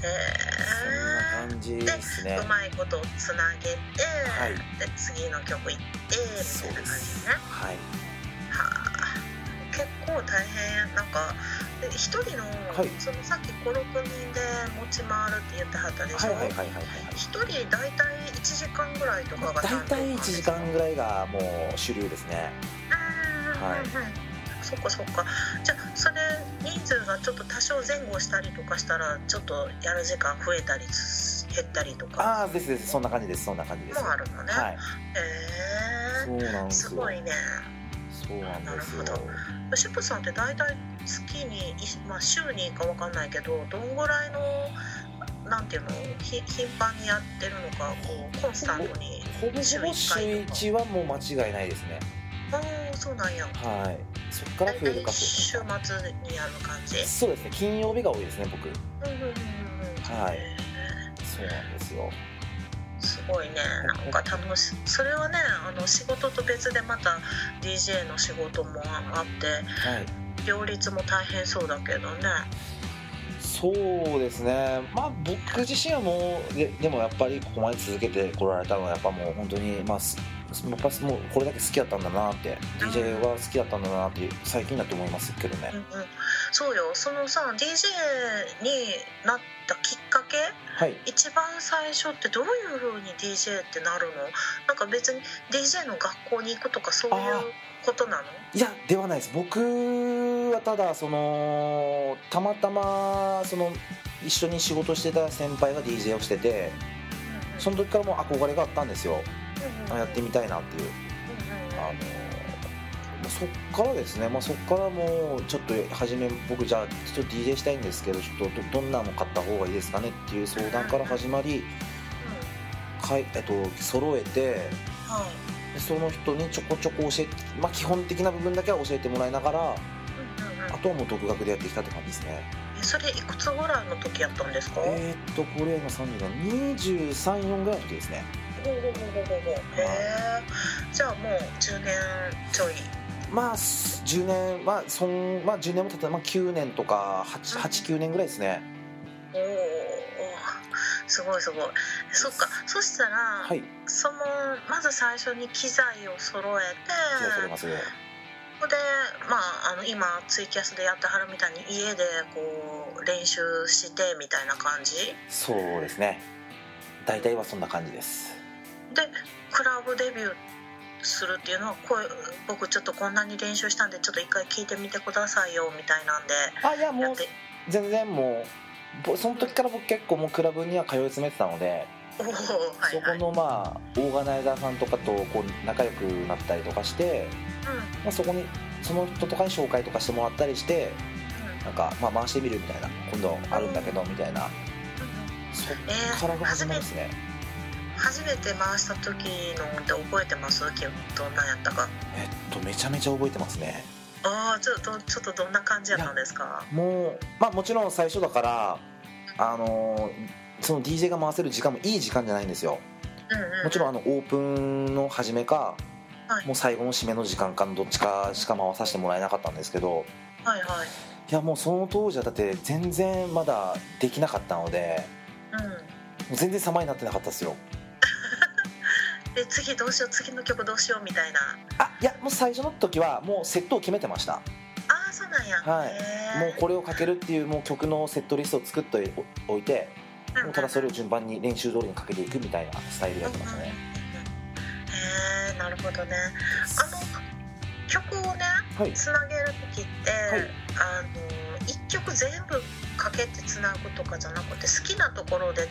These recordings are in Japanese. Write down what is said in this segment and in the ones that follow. そんな感じですねでうまいことをつなげて、はいで次の曲行ってそうみたいなで感じすねはいはあ結構大変なんかで一人の,、はいそのさっき56人で持ち回るって言ってはったでしはょ、いはいはいはいはい一人大体1時間ぐらいとかが大体1時間ぐらいがもう主流ですねははいいそっかそっかじゃあそれ人数がちょっと多少前後したりとかしたらちょっとやる時間増えたりつ減ったりとかああですですそんな感じですそんな感じでもすあるのね、はいへそうなんえですよすごいねそうなんですよなるほシュプさんって大体月に、いまあ、週にかわかんないけどどんぐらいのなんていうのひ頻繁にやってるのかこうコンスタントにほぼほぼ週週一回とか1はもう間違いないですねああそうなんやはいそっから大増える体か週増末えないかにやる感じそうですね金曜日が多いですね僕うんうんうんうんはいそうなんですよすごいねなんか楽しそれはねあの仕事と別でまた DJ の仕事もあってはい両立も大変そうだけどねそうですねまあ僕自身はもうででもやっぱりここまで続けてこられたのはやっぱもう本当にまあすやっぱもうこれだけ好きだったんだなって DJ は好きだったんだなって最近だと思いますけどねうんうんそうよそのさ DJ になったきっかけはい一番最初ってどういうふうに DJ ってなるのなんか別に DJ の学校に行くとかそういうことなのいやではないです僕はただそのたまたまその一緒に仕事してた先輩が DJ をしててその時からもう憧れがあったんですよあやってみたいなっていうあのもうそっからですね、まあ、そっからもうちょっと初め僕じゃあちょっと DJ したいんですけどちょっとどどんなの買った方がいいですかねっていう相談から始まりかい、えっと、揃えてでその人にちょこちょこ教えて、まあ、基本的な部分だけは教えてもらいながらあとはもう独学でやってきたって感じですねそれいくつぐらいの時やったんですか、えーっとこれ今30が234ぐらいの時ですねほうほうほうほうほうへえじゃあもう10年ちょいまあす10年まあそん、まあ、10年も経ったまあ、9年とか89年ぐらいですねおおすごいすごいそっかそしたら、はいそのまず最初に機材を揃え気が取てれますここで、まあ、あの今ツイキャスでやってはるみたいに家でこう練習してみたいな感じそうですね大体はそんな感じですでクラブデビューするっていうのはこう僕ちょっとこんなに練習したんでちょっと一回聞いてみてくださいよみたいなんであいややもっうて全然もうぼその時から僕結構もうクラブには通い詰めてたので、おおはいはいそこのまあオーガナイザーさんとかとこう仲良くなったりとかして、うんうんまあ、そこにその人とかに紹介とかしてもらったりしてなんかまあ回してみるみたいな今度あるんだけどみたいなそえっーからが始まりですね初めて回した時のって覚えてますきっと何やったかえっとめちゃめちゃ覚えてますねああちょっとちょっとどんな感じやったんですかもうまあもちろん最初だからあのーその DJ が回せる時間もいい時間じゃないんですようんうんもちろんあのオープンの始めか、はいもう最後の締めの時間かのどっちかしか回させてもらえなかったんですけどはいはいいやもうその当時はだって全然まだできなかったのでうもう全然様になってなかったですよんで次どうしよう次の曲どうしようみたいなあいやもう最初の時はもうセットを決めてましたああそうなんやはいへもうえこれをかけるっていうもう曲のセットリストを作っておいてもうただそれを順番に練習通りにかけていくみたいなスタイルでやってましたねへえなるほどねあの曲をねはいつなげる時って、はいあの一曲全部かけてつなぐとかじゃなくて好きなところで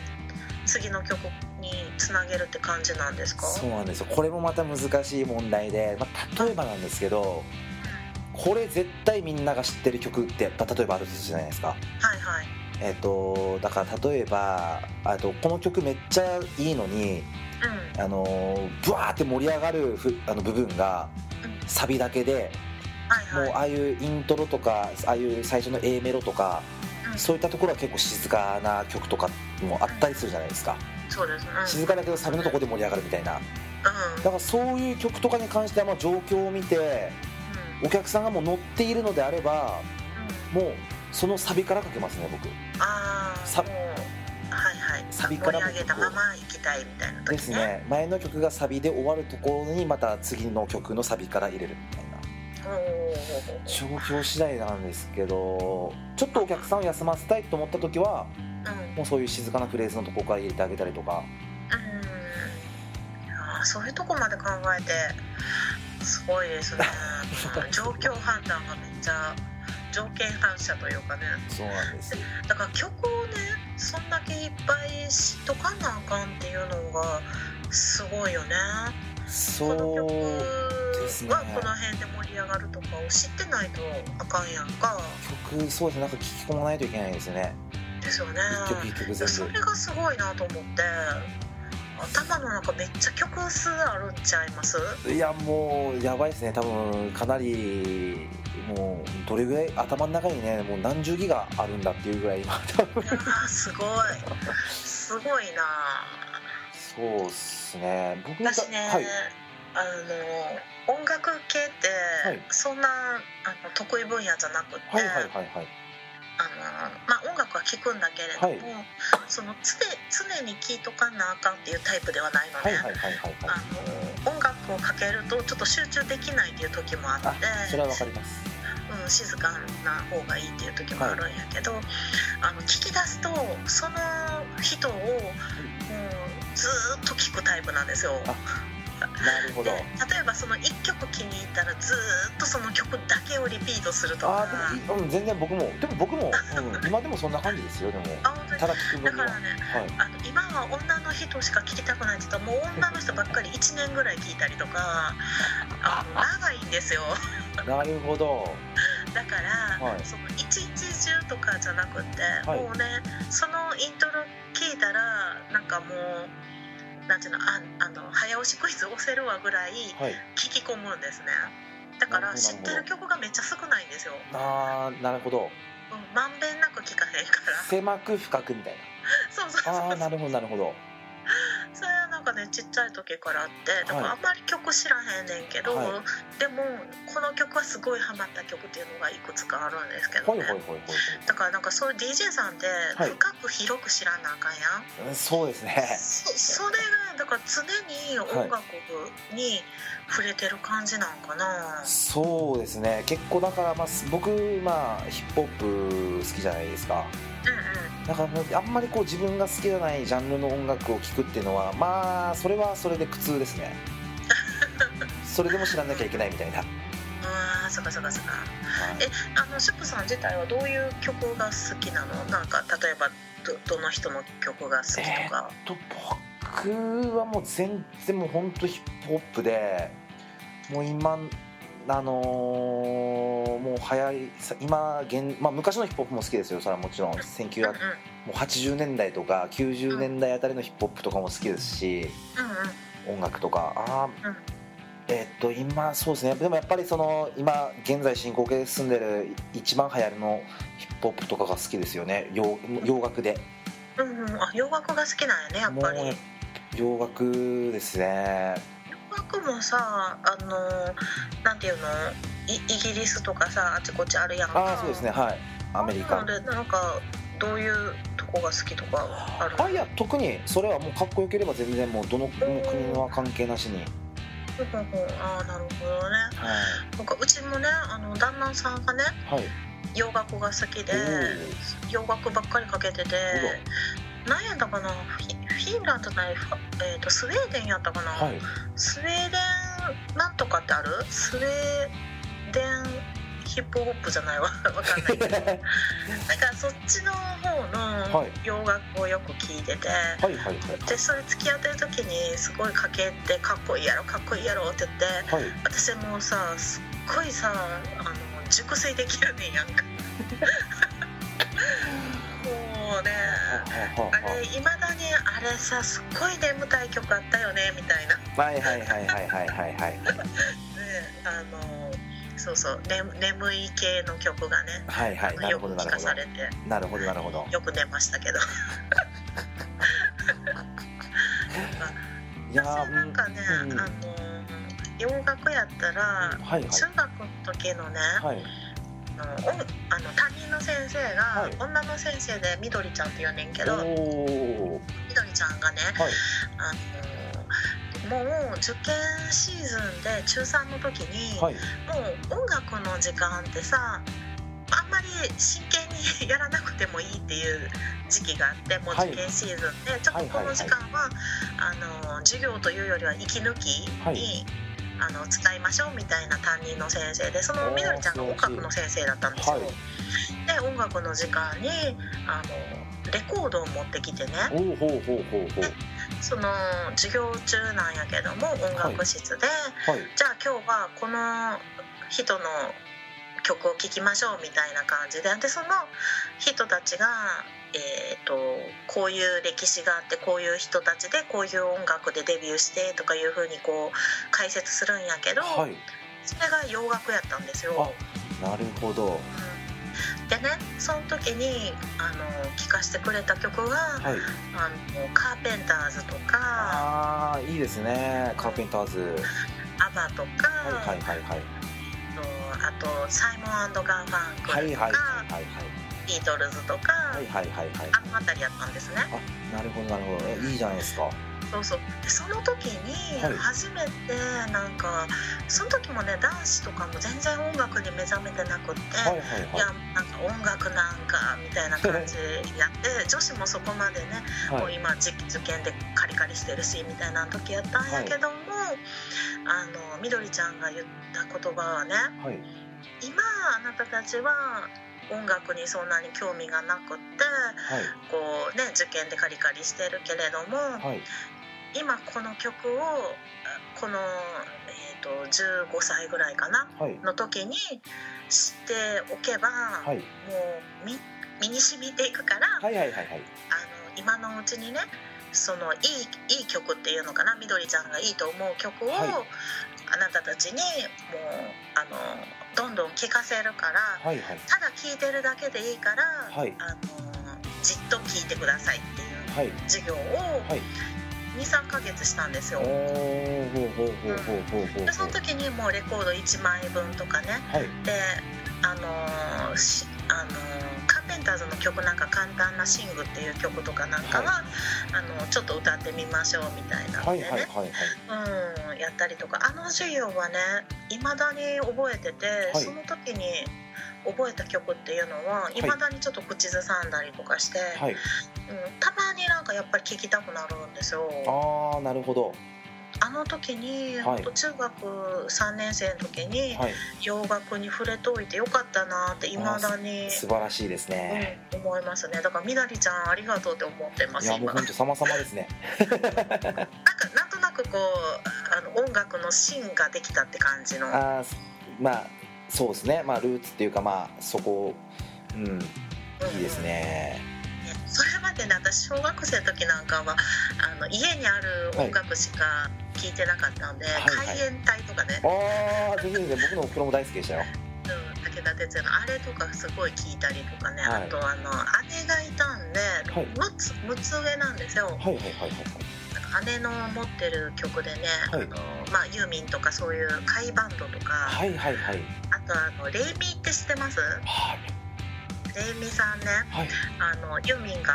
次の曲につなげるって感じなんですかそうなんですよこれもまた難しい問題で、まあ、例えばなんですけどこれ絶対みんなが知ってる曲ってやっぱ例えばあるじゃないですかはいはいえっ、とだから例えばあとこの曲めっちゃいいのにうあのーブワーって盛り上がるふあの部分がうんサビだけでんはいはもういああいうイントロとかああいう最初の A メロとかうんそういったところは結構静かな曲とかもあったりするじゃないですかそうですうん静かだけどサビのとこで盛り上がるみたいなうんだからそういう曲とかに関してはまあ状況を見てうお客さんがもう乗っているのであればんうんもうそのサビからかけますね僕ああさもうサビから盛もり上げたまま行きたいみたいなで時すねね前の曲がサビで終わるところにまた次の曲のサビから入れるみたいなおー状況次第なんですけどちょっとお客さんを休ませたいと思った時はうんもうそういう静かなフレーズのとこから入れてあげたりとかうんあーそういうとこまで考えてすごいです ねうん状況判断がめっちゃ条件反射というかねそうなんですだから曲をねそんだけいっぱい知っとかなあかんっていうのがすごいよねこの曲そうですねはこの辺で盛り上がるとかを知ってないとあかんやんか曲そうですねなんか聞き込まないといけないですよねですよね一曲一曲いやそ全部れがすごいなと思って頭の中めっちゃ曲数あるんちゃいますいやもうやばいですね多分かなりもうどれぐらい頭の中にねもう何十ギガあるんだっていうぐらい今多分あすごいすごいなそうっすね僕私ね、はいあの音楽系はっいてそんな、あの得意分野じゃなくて、はいはいはいはいあのまあ、音楽は聴くんだけれども、はその常常に聴いとかなあかんっていうタイプではないのはで、いはいはいはいはい音楽をかけるとちょっと集中できないっていう時もあってあそれはわかりますうん、静かな方がいいっていう時もあるんやけど、あの聞き出すとその人を、もうずーっと聞くタイプなんですよ。あなるほでど例えばその1曲気に入ったらずーっとその曲だけをリピートするとかああでもうん全然僕もでも僕も、うん、今でもそんな感じですよでもあ本当にただ聞くだ分にかはらねはいあの今は女の人しか聞きたくないって言ったらもう女の人ばっかり1年ぐらい聞いたりとかあの長いんですよ。なるほどだから、はいその一日中とかじゃなくて、はいもうねそのイントロ聞いたらなんかもうなんていうのああの早押しクイズ押せるわぐらいはい聞き込むんですねだかならるほ知どってる曲がめっちゃ少ないんですよああなるほどうんまんべんなく聞かへんから狭く深くみたいそうそうなあそあうなるほどなるほどそれはなんかねちっちゃい時からあってだかはいらあんまり曲知らへんねんけど、はいでもこの曲はすごいハマった曲っていうのがいくつかあるんですけどほいね、ほいほいほいだからなんかそういう DJ さんってはい深く広く知らなあかんやん、ほいうんそうですねそそれがだから常に音楽に触れてる感じなんかな、そうですね結構だから、まあ、す僕、まあ、ヒップホップ好きじゃないですかうんうんだからもうあんまりこう自分が好きじゃないジャンルの音楽を聴くっていうのはまあそれはそれで苦痛ですねそれでも知らなきゃいけないみたいな、はいあーそっかそっかそっかあのシュップさん自体はどういう曲が好きなのなんか例えばどどの人の曲が好きとか、と僕はもう全然もう本当ヒップホップでもう今あのーもう流行りさ今現、まあ、昔のヒップホップも好きですよそれはもちろん1900うんもう80年代とか90年代あたりのヒップホップとかも好きですうしんうんうん音楽とかあーうんえっと今そうですねでもやっぱりその今現在進行形で住んでる一番流行りのヒップホップとかが好きですよね洋洋楽でうんうん、あ洋楽が好きなんやねやっぱりもう洋楽ですね洋楽もさあのなんていうのいイギリスとかさあちこちあるやんかああそうですねはいアメリカなのでなんかどういうとこが好きとかあるのあいや特にそれはもうかっこよければ全然もうどのもう国のは関係なしに、はい、ほうほうほうああなるほどねなんかうちもねあの旦那さんがねはい洋楽が好きでおー洋楽ばっかりかけてて何やったかなフィフィンランドじゃないファえー、とスウェーデンやったかな、はいスウェーデンなんとかってあるスウェーデンヒップホップじゃないわわかん ないけどなんかそっちの方はのい洋楽をよく聞いてて、はいはいはいでそれ付き合ってる時にすごいかけてかっこいいやろかっこいいやろって言ってはい私もさすっごいさあの熟睡できるねんやんかもうねはあれいまだにあれさすっごい眠たい曲あったよねみたいなでいはいはいはいはいはいはいあのそうそう、ね、眠い系の曲がねはいはいなるよほくど聞なるかほさどれてなるほどなるほどよく寝ましたけどいや私ーなんかね、うんあの洋楽やったらはいはい中学の時のね、はいあのおあの担任の先生が、はい女の先生でみどりちゃんって言うねんけどおおみどちゃんがねはいあのもう受験シーズンで中3の時に、はいもう音楽の時間ってさあんまり真剣にやらなくてもいいっていう時期があってもうはい受験シーズンで、ちょっとこの時間は,、あの授業というよりは息抜きに、はいあの使いましょうみたいな担任の先生でそのおーみどりちゃんが音楽の先生だったんですよ。はいで音楽の時間にあのレコードを持ってきてねおおほうほうほうほうその授業中なんやけども音楽室で。はいじゃあ今日はこの人の曲を聴きましょうみたいな感じででその人たちが、えー、とこういう歴史があってこういう人たちでこういう音楽でデビューしてとかいうふうにこう解説するんやけど、はいそれが洋楽やったんですよ。なるほうどんでねその時にあの聴かせてくれた曲が、はいあのカーペンターズとかああいいですねカーペンターズアバとか、はいはいはいはいとあとサイモンガーファンクルとか。はいはいはいはいビートルズとか、はいはいはいはいあの辺りやったんですねあなるほどなるほどえいいじゃないですかそうそうでその時にはい初めてなんか、その時もね男子とかも全然音楽に目覚めてなくって、はいはいいはやなんか音楽なんかみたいな感じやって女子もそこまでね、いもはうい今じ受験でカリカリしてるしみたいな時やったんやけども、あのみどりちゃんが言った言葉はねはい今あなたたちは音楽にそんなに興味がなくってはいこうね受験でカリカリしてるけれども、はい今この曲をあこの、えー、と15歳ぐらいかなはいの時に知っておけば、はいもう身身に染みていくから、あのはいはいはいはい今のうちにねそのいいいい曲っていうのかなみどりちゃんがいいと思う曲を、はいあなたたちにもうあのどんどん聴かせるから、はいはいただ聴いてるだけでいいから、はいあのじっと聴いてくださいっていうはい授業をはい23ヶ月したんですよおーほうほうほうほうほうほうでそほうの時にもうレコード1枚分とかねはいであのーしあのーカーペンターズの曲なんか「簡単なシング」っていう曲とかなんかは、はあのちょっと歌ってみましょうみたいなはのいでね、はいはいはいうん、やったりとかあの授業はねいまだに覚えてて、はいその時に覚えた曲っていうのはいいまだにちょっと口ずさんだりとかして、はいうん、たまになんかやっぱり聴きたくなるんですよ。ああなるほどあの時に、はいほんと中学3年生の時にはい洋楽に触れといてよかったなっていまだに、素晴らしいですねうん思いますねだからみなりちゃんありがとうって思ってまいすやもう今な本んか当様々ですねなんとなくこうあの音楽の芯ができたって感じのうんあーすまあそうですねまあルーツっていうかまあそこうんいいですねねそれまでね私小学生の時なんかはあの家にある音楽しか聴いてなかったんで、はいはい海援隊とかね、ああ全然全然僕のおふくろも大好きでしたようん、武田鉄矢のあれとかすごい聞いたりとかね、はいあとあの姉がいたんで、はい6つ6つ上なんですよはいはいはいはいなんか姉の持ってる曲でね、はいあのまあ、ユーミンとかそういう甲斐バンドとか、はいはいはいあとあのレイミーって知ってますはいレイミーさんねはいあのユーミンが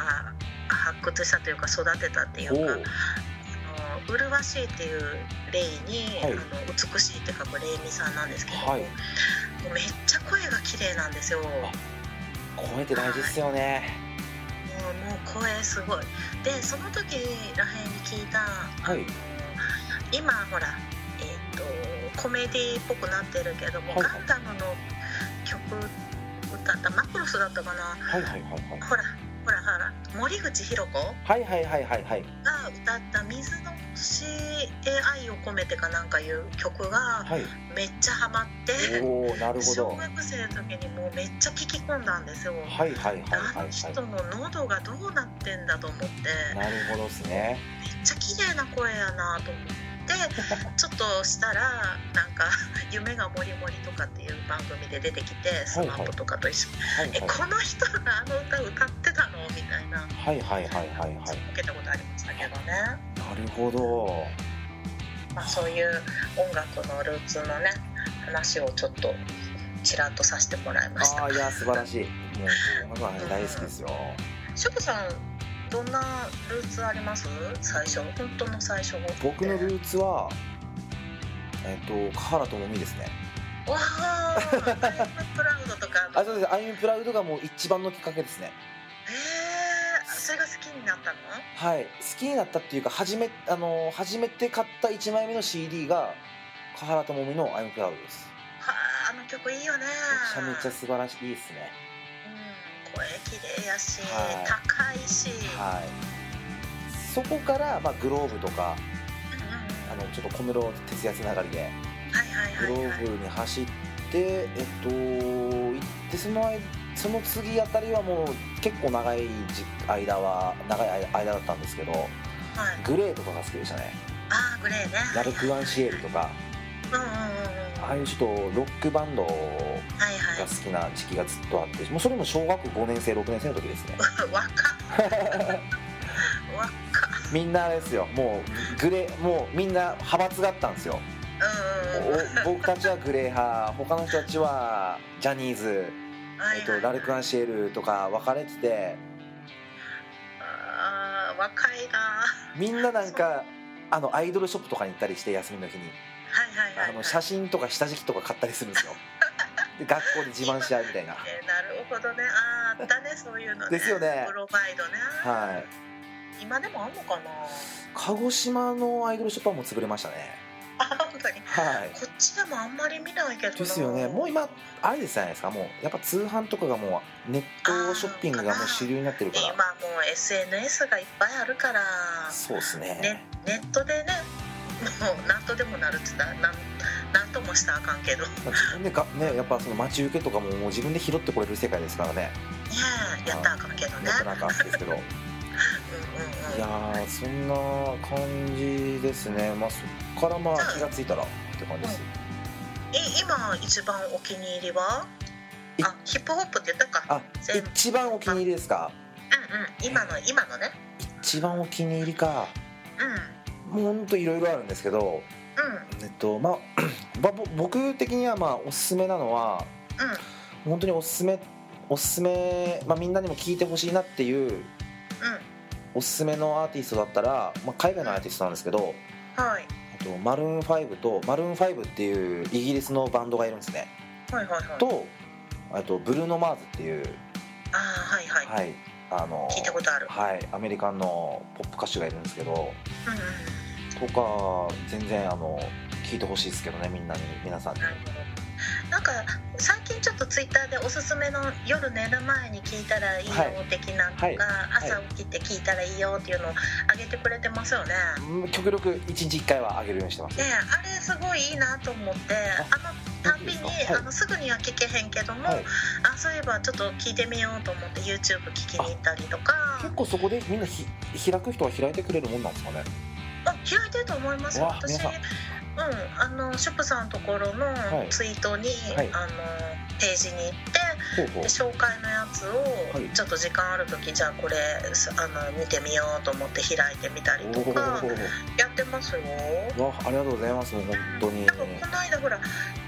発掘したというか育てたっていおうかーあの麗しいっていうレイに、はいあの美しいって書くレイミーさんなんですけど、はいもうめっちゃ声が綺麗なんですよ。声って大事ですよねもうもう声すごいでその時らへんに聞いた、はい今ほらえっ、とコメディっぽくなってるけども、はいガンダムの曲歌ったマクロスだったかなはいはいはいほらほらほら森口博子がはいはいはいはいはい歌った「水の星へ愛を込めて」かなんかいう曲がはいめっちゃハマって、はいおおなるほ小ど学生の時にもうめっちゃ聴き込んだんですよ。はいはいはいあはのい人はの喉がどうなってんだと思って。いなるほどですねめっちゃ綺麗な声やなと思ってちょっとしたらなんか 「夢がもりもり」とかっていう番組で出てきてスマップとかと一緒にはいえこの人があの歌歌ってたの?」みたいなはいはいはいはいはいはい受けたことありましたけどね、なるほどまあ、そういう音楽のルーツのね話をちょっとちらっとさせてもらいましたああいや素晴らしいもう音楽は大好きですよしょこさんどんなルーツあります最初本当の最初僕のルーツはえっ、と華原朋美ですねわあプラウドとかあそうです「アイムプラウド」がもう一番のきっかけですねへえそれが好きになったのはい好きになったっていうか初めあの初めて買った1枚目の CD が華原朋美の「アイムプラウド」ですはああの曲いいよねめちゃめちゃ素晴らしいですねうん声綺麗やし、はい高いし、はいそこから、まあ、グローブとかうんうんあのちょっと小室哲哉つながりではいはいグはロいはいーブに走って、えっと、行ってその間その次あたりはもう結構長い時間は長い間だったんですけどはいグレーとかが好きでしたねああグレーねラルク・アンシエルとかうんうんうんうんああいうちょっとロックバンドがはいはい好きな時期がずっとあってもうそれも小学5年生6年生の時です ね若っ 若っみんなあれですよもうグレーもうみんな派閥があったんですようんうんうんお僕たちはグレー派他の人たちはジャニーズ、はいえっと、ラルク・アンシエルとか分かれててあー若いなはみんななんかあのアイドルショップとかに行ったりして休みの日にいはいはい、はい、あの写真とか下敷きとか買ったりする んですよで学校で自慢し合うみたいなえーなるほどねあーあったねそういうのねですよねプロバイドねはい今でもあんのかな 鹿児島のアイドルショップはもう潰れましたねあ本当にはいこっちでもあんまり見ないけどなですよねもう今あれですじゃないですかもうやっぱ通販とかがもうネットショッピングがもう主流になってるか今もらう SNS がいっぱいあるからそうですねねネットでねもう何とでもなるっつったらなんなんともしたらあかんけどねまあ自分でがねやっぱその待ち受けとかももう自分で拾ってこれる世界ですからねえやったらあかんけどねなかなかです けうどんうんいやうんーそんな感じですね、まあ、そっからまあ気がついたらって感じです、い今一番お気に入りはえあヒップホップって言ったかあ一番お気に入りですかうんうん今の今のね一番お気に入りかうんもうほんといろいろあるんですけどうえっとまあ ばぼ僕的にはまあおすすめなのはんうん本当におすすめおすすめ、まあ、みんなにも聞いてほしいなっていううおすすめのアーティストだったら、まあ、海外のアーティストなんですけどんはいえっとマルーン5とマルーン5っていうイギリスのバンドがいるんですねはいはいはいとあとブルーノ・マーズっていうああはいはい、はいあの聞いたことあるはいアメリカンのポップ歌手がいるんですけどうんうんとか全然あの聞いてほしいですけどねみんなに皆さんになるほどなんか最近ちょっとツイッターでおすすめの夜寝る前に聞いたらいいよ的なとか、はいい朝起きて聞いたらいいよっていうのを上げてくれてますよね。うん極力1日1回は上げるようにしてますねえあれすごいいいなと思ってあのたんびに、本当ですかはいあのすぐには聞けへんけども、はいあそういえばちょっと聞いてみようと思って YouTube 聞きに行ったりとか結構そこでみんなひ開く人は開いてくれるもんなんですかねあ開いてると思いますよわあ私皆さんうん、あのシュプさんのところのいツイートに、はいあのページに行ってほうほうで紹介のやつはいをちょっと時間ある時じゃあこれすあの見てみようと思って開いてみたりとおかーやってますよ。わありがとうございますもう本当に多分この間ほら、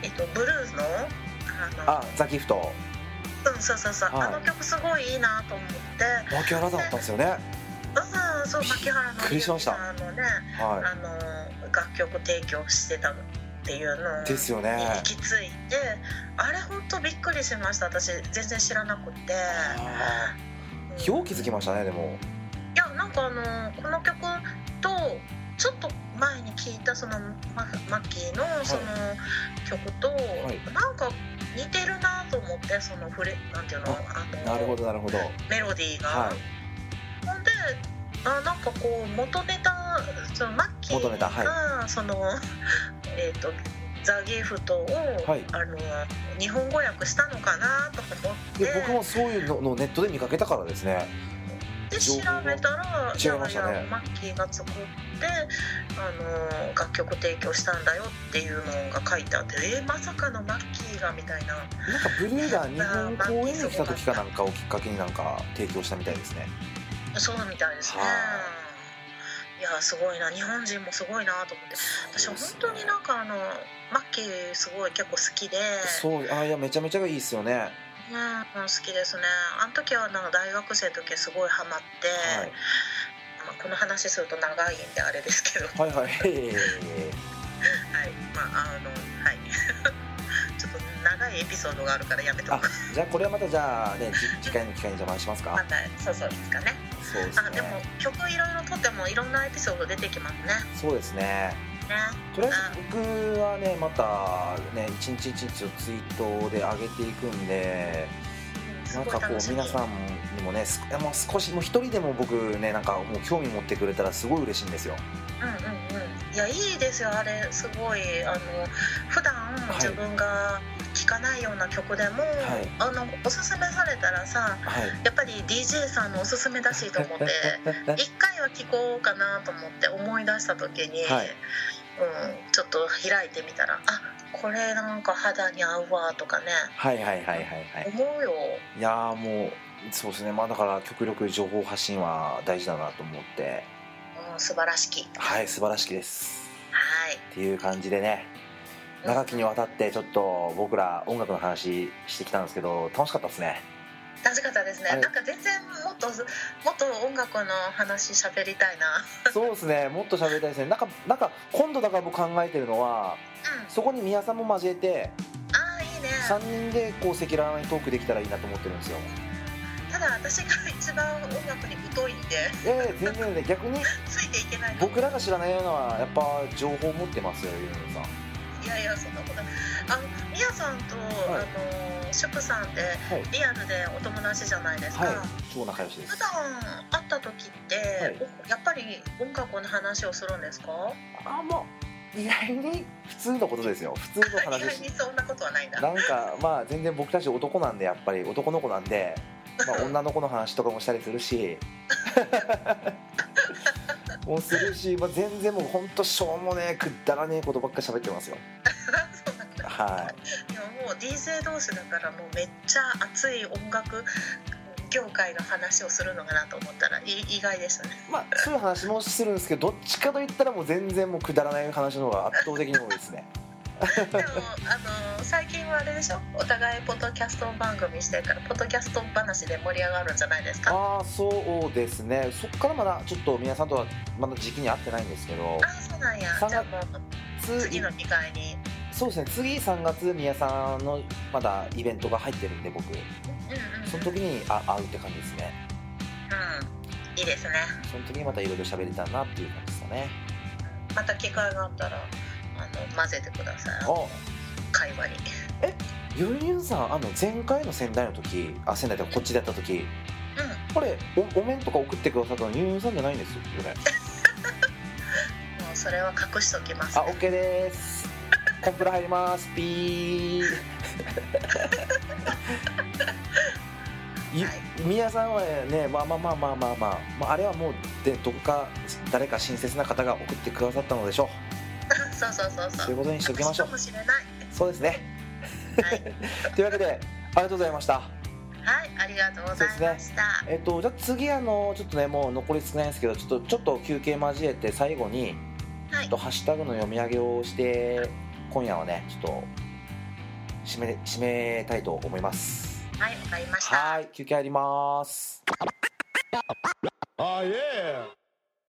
えっと、ブルーズのああザ・ギフトのうんそうそうそう、はいあの曲すごいいいなと思って槙原さんだったんですよねうんそう牧原びっくりしまのしたさんのねはあの楽曲提供してたっていうのいですよにね行き着いてあれ本当びっくりしました私全然知らなくて。あうんーよう気づきましたねでもいやなんかあのーこの曲とちょっと前に聞いたそのママッキーのその曲と、いなんか似てるなと思ってそのフレなんていうのあのなるほどなるほどメロディーが、はほんであなんかこう元ネタそのマッキ元ネータが、はそのえっ、とザ・ギフトを、はいあの日本語訳したのかなと思っいでて僕もそういうののネットで見かけたからですねで調べたら情報いが違いましたねやいやマッキーが作ってあの楽曲提供したんだよっていうのが書いてあってえーまさかのマッキーがみたいななんかブルーが日本公演に来た時かなんかをきっかけになんか提供したみたいですねそうみたいですねはいいやすごいな日本人もすごいなと思って私そう本ですね当になんかあのマッキーすごい結構好きでそうあいやめちゃめちゃいいですよねううん、好きですねあの時はなんか大学生の時はすごいハマって、はいまあ、この話すると長いんであれですけど はいはいはい えまああのはい ちょっと長いエピソードがあるからやめとあくじゃあこれはまたじゃあねじ次回の機会に邪魔しますまかたそうそうですかねそうですあねでも曲いろいろとってもいろんなエピソード出てきますねそうですねねとりあえず僕はねまたね一日一日をツイートで上げていくんでうんすなんごいかこ楽うしみ皆さんにもねすもう少しもう一人でも僕ねなんかもう興味持ってくれたらすごい嬉しいんですようんうんうんいやいいですよあれすごいあの普段い自分が聴かないような曲でも、いあのおすすめされたらさはいやっぱり DJ さんのおすすめだしと思って一回は聴こうかなと思って思い出した時に、はいうん、ちょっと開いてみたらあこれなんか肌に合うわとかね はいはいはいはいはい思うよいやーもうそうですねまあだから極力情報発信は大事だなと思ってうん素晴らしきはい素晴らしきですはいっていう感じでね長きにわたってちょっと僕ら音楽の話してきたんですけど楽しかったですね楽しかったですねあれなんか全然もっともっと音楽の話喋りたいな そうですねもっと喋りたいですねなんかなんか今度だから僕考えてるのはうんそこに宮さんも交えてああいいね3人でこう赤裸々にトークできたらいいなと思ってるんですよただ私が一番音楽に疎いんで いやいや全然ね逆についていけないの僕らが知らないようなやっぱ情報持ってますよゆうのさんいやいやそんなことないあのみやさんと、いあのシュプさんってはいリアルでお友達じゃないですか、はい超仲良しです普段会った時って、やっぱり音楽の話をするんですかあもう意外に普通のことですよ普通の意話で外すにそんなことはないんだなんかまあ全然僕たち男なんでやっぱり男の子なんで、まあ、女の子の話とかもしたりする しもうするし、まあ、全然もうほんとしょうもねえくだらねえことばっか喋ってますよ そんなことはいやもう DJ 同士だからもうめっちゃ熱い音楽業界の話をするのかなと思ったらい意外でしたねいまあそういう話もするんですけどどっちかといったらもう全然もうくだらない話の方が圧倒的に多いですねでもあの最近はあれでしょお互いポッドキャスト番組してるからポッドキャスト話で盛り上がるんじゃないですかああそうですねそっからまだちょっと皆さんとはまだ時期に合ってないんですけどあそうなんやさんじゃあもうつ次の機会にそうですね次3月宮さんのまだイベントが入ってるんでう僕んうんその時にあ会うって感じですねうんいいですねその時にまたいろいろ喋れたらなっていう感じですかねまた機会があったらあの混ぜてくださいあ会話にゆうゆうさんあの前回の仙台の時あ仙台とかこっちでやった時うんこれおお面とか送ってくださったのゆうゆうさんじゃないんですよねもうそれは隠しときますあ OK ですコンプラ入りますピーゆ宮さんはねまあまあまあまあまあまあ、まあ、あれはもうでどこか誰か親切な方が送ってくださったのでしょ そうそうそううそそういううことにしておきましょう隠かもしれないそうですねはい、というわけでありがとうございましたはい、ありがとうございました、えっと、じゃあ次あのちょっとねもう残り少ないんですけどちょっとちょっと休憩交えて最後に、はいちょっとハッシュタグの読み上げをして今夜はねちょっと締め締めたいと思いますはいわかりましたはい休憩あります Oh yeah.